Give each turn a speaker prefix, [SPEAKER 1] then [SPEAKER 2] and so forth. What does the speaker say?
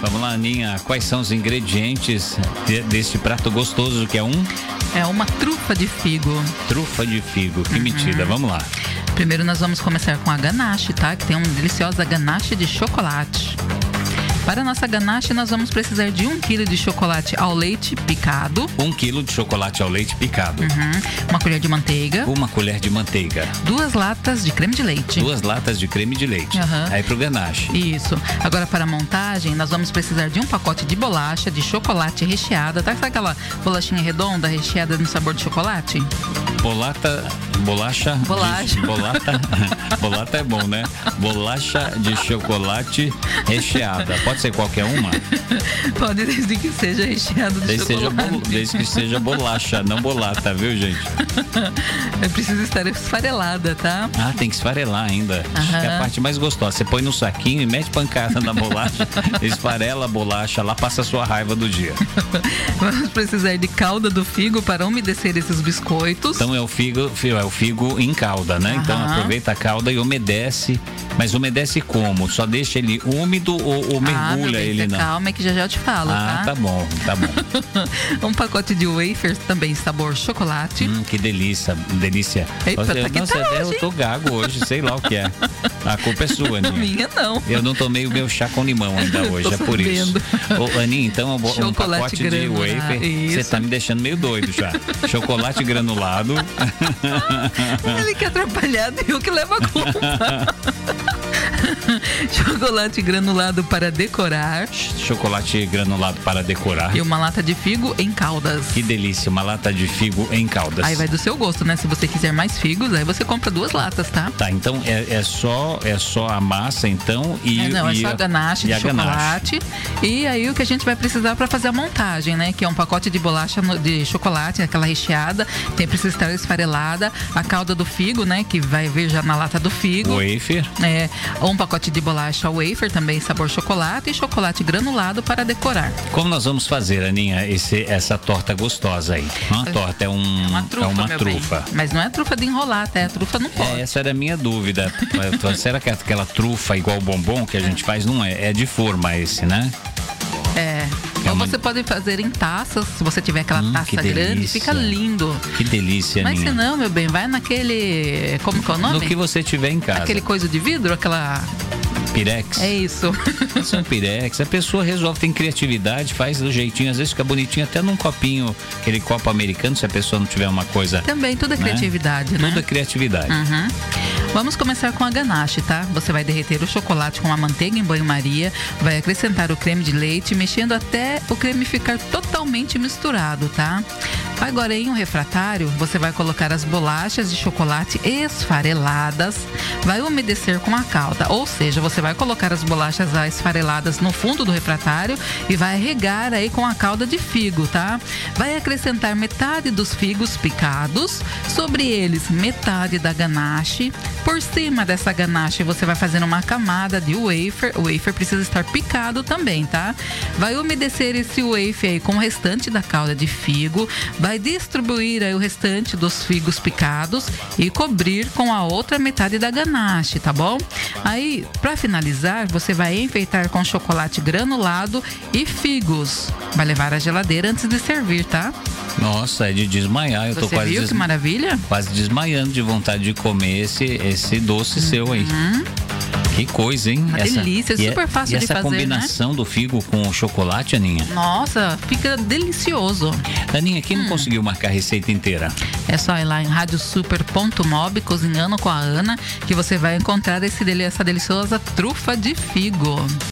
[SPEAKER 1] Vamos lá, Aninha. Quais são os ingredientes de- deste prato gostoso que é um
[SPEAKER 2] É uma trufa de figo.
[SPEAKER 1] trufa de figo?
[SPEAKER 2] Uhum.
[SPEAKER 1] Que mentira. Vamos lá.
[SPEAKER 2] Primeiro nós vamos começar com a ganache, tá? Que tem uma deliciosa ganache de chocolate. Para a nossa ganache, nós vamos precisar de 1 kg de chocolate ao leite picado,
[SPEAKER 1] Um quilo de chocolate ao leite picado.
[SPEAKER 2] uhum, uma colher de manteiga,
[SPEAKER 1] Uma colher de manteiga.
[SPEAKER 2] duas latas de creme de leite.
[SPEAKER 1] Duas latas de creme de leite.
[SPEAKER 2] Aham.
[SPEAKER 1] Aí pro ganache.
[SPEAKER 2] Isso. Agora, para a montagem, nós vamos precisar de um pacote de bolacha de chocolate recheada. Tá? Sabe aquela bolachinha redonda recheada no sabor de chocolate?
[SPEAKER 1] Bolata, bolacha. de-
[SPEAKER 2] Bolacha.
[SPEAKER 1] bolata. Bolata é bom, né? Bolacha de chocolate recheada. Pode ser qualquer uma?
[SPEAKER 2] Pode, desde que seja recheado de
[SPEAKER 1] Desde, que seja,
[SPEAKER 2] chocolate.
[SPEAKER 1] bol- desde que seja bolacha, não bolata, viu, gente?
[SPEAKER 2] É preciso estar esfarelada, tá?
[SPEAKER 1] Ah, tem que esfarelar ainda.
[SPEAKER 2] Aham.
[SPEAKER 1] É a parte mais gostosa. Você põe no saquinho e mete pancada na bolacha, esfarela a bolacha, lá passa a sua raiva do dia.
[SPEAKER 2] Vamos precisar de calda do figo para umedecer esses biscoitos.
[SPEAKER 1] Então é o figo, fi- é o figo em calda, né? Então
[SPEAKER 2] Aham.
[SPEAKER 1] aproveita a calda e umedece. Mas umedece como? Só deixa ele úmido ou, ou
[SPEAKER 2] Ah, meu
[SPEAKER 1] mergulha
[SPEAKER 2] bem,
[SPEAKER 1] ele
[SPEAKER 2] fica
[SPEAKER 1] na.
[SPEAKER 2] Calma que já já eu te falo,
[SPEAKER 1] Ah, tá bom, tá bom.
[SPEAKER 2] Um pacote de wafers também sabor chocolate.
[SPEAKER 1] Hum, que delícia, delícia.
[SPEAKER 2] Eita,
[SPEAKER 1] Nossa,
[SPEAKER 2] tá
[SPEAKER 1] eu,
[SPEAKER 2] que
[SPEAKER 1] nossa,
[SPEAKER 2] tá
[SPEAKER 1] até
[SPEAKER 2] hoje,
[SPEAKER 1] eu tô gago hoje, sei lá o que é. A culpa é sua, Aninha.
[SPEAKER 2] Minha não.
[SPEAKER 1] Eu não tomei o meu chá com limão ainda
[SPEAKER 2] Tô
[SPEAKER 1] hoje, é por isso. Ô, Aninha, então um, um
[SPEAKER 2] Chocolate
[SPEAKER 1] pacote de
[SPEAKER 2] granulado,
[SPEAKER 1] wafer. Você
[SPEAKER 2] isso.
[SPEAKER 1] tá me deixando meio doido já. Chocolate granulado. Ah.
[SPEAKER 2] Ele que é atrapalhado e eu que levo a culpa. chocolate granulado para decorar
[SPEAKER 1] Chocolate granulado para decorar.
[SPEAKER 2] e uma lata de figo em caldas.
[SPEAKER 1] Que delícia, uma lata de figo em caldas.
[SPEAKER 2] Aí vai do seu gosto, né? Se você quiser mais figos, aí você compra duas latas, tá?
[SPEAKER 1] Tá, então é, é só é só a massa então e
[SPEAKER 2] É, não, é
[SPEAKER 1] e
[SPEAKER 2] só a ganache
[SPEAKER 1] e
[SPEAKER 2] de
[SPEAKER 1] a ganache.
[SPEAKER 2] chocolate. E aí o que a gente vai precisar para fazer a montagem, né? Que é um pacote de bolacha no- de chocolate, aquela recheada. Tem precisa estar esfarelada. A calda do figo, né? Que vai vir já na lata do figo.
[SPEAKER 1] Wafer.
[SPEAKER 2] É, um pacote de bolacha wafer também, sabor chocolate. E chocolate granulado para decorar.
[SPEAKER 1] Como nós vamos fazer, Aninha, esse, essa torta gostosa aí? Não é uma torta, é, um,
[SPEAKER 2] Uma trufa, meu
[SPEAKER 1] trufa.
[SPEAKER 2] bem. Mas não é trufa de enrolar, tá? É trufa no pote.
[SPEAKER 1] É, essa era a minha dúvida. Será que aquela trufa igual bombom que a gente faz não é? É de forma esse, né?
[SPEAKER 2] É.
[SPEAKER 1] É
[SPEAKER 2] Ou
[SPEAKER 1] uma-
[SPEAKER 2] você pode fazer em taças, se você tiver aquela
[SPEAKER 1] Hum, que
[SPEAKER 2] taça grande,
[SPEAKER 1] delícia.
[SPEAKER 2] fica lindo.
[SPEAKER 1] Que delícia,
[SPEAKER 2] Mas se
[SPEAKER 1] Aninha.
[SPEAKER 2] não, meu bem, vai naquele. Como que é o
[SPEAKER 1] No
[SPEAKER 2] nome?
[SPEAKER 1] que você tiver em casa.
[SPEAKER 2] Aquele coisa de vidro, aquela.
[SPEAKER 1] Pirex.
[SPEAKER 2] É isso.
[SPEAKER 1] São Pirex, a pessoa resolve, tem criatividade, faz do jeitinho, às vezes fica bonitinho até num copinho, aquele copo americano, se a pessoa não tiver uma coisa.
[SPEAKER 2] Também, tudo é
[SPEAKER 1] Né?
[SPEAKER 2] criatividade, né?
[SPEAKER 1] Tudo é criatividade.
[SPEAKER 2] Uhum. Vamos começar com a ganache, tá? Você vai derreter o chocolate com a manteiga em banho-maria, vai acrescentar o creme de leite, mexendo até o creme ficar totalmente misturado, tá? Agora, em um refratário, você vai colocar as bolachas de chocolate esfareladas, vai umedecer com a calda, ou seja, você vai colocar as bolachas ah, esfareladas no fundo do refratário e vai regar aí com a calda de figo, tá? Vai acrescentar metade dos figos picados, sobre eles metade da ganache. Por cima dessa ganache você vai fazer uma camada de wafer. O wafer precisa estar picado também, tá? Vai umedecer esse wafer aí com o restante da calda de figo, vai distribuir aí o restante dos figos picados e cobrir com a outra metade da ganache, tá bom? Aí, para finalizar, você vai enfeitar com chocolate granulado e figos. Vai levar à geladeira antes de servir, tá?
[SPEAKER 1] Nossa, é de desmaiar, eu tô
[SPEAKER 2] Você
[SPEAKER 1] quase,
[SPEAKER 2] viu
[SPEAKER 1] des-
[SPEAKER 2] que maravilha?
[SPEAKER 1] quase desmaiando de vontade de comer esse, esse doce seu aí. Que coisa, hein?
[SPEAKER 2] Uhum. Uma delícia,
[SPEAKER 1] e é-
[SPEAKER 2] super fácil
[SPEAKER 1] e
[SPEAKER 2] de
[SPEAKER 1] essa
[SPEAKER 2] fazer, né?
[SPEAKER 1] combinação do figo com o chocolate, Aninha?
[SPEAKER 2] Nossa, fica delicioso.
[SPEAKER 1] Aninha, quem não
[SPEAKER 2] Hum.
[SPEAKER 1] conseguiu marcar a receita inteira?
[SPEAKER 2] É só ir lá em radiosuper.mob, cozinhando com a Ana, que você vai encontrar esse dele- essa deliciosa trufa de figo.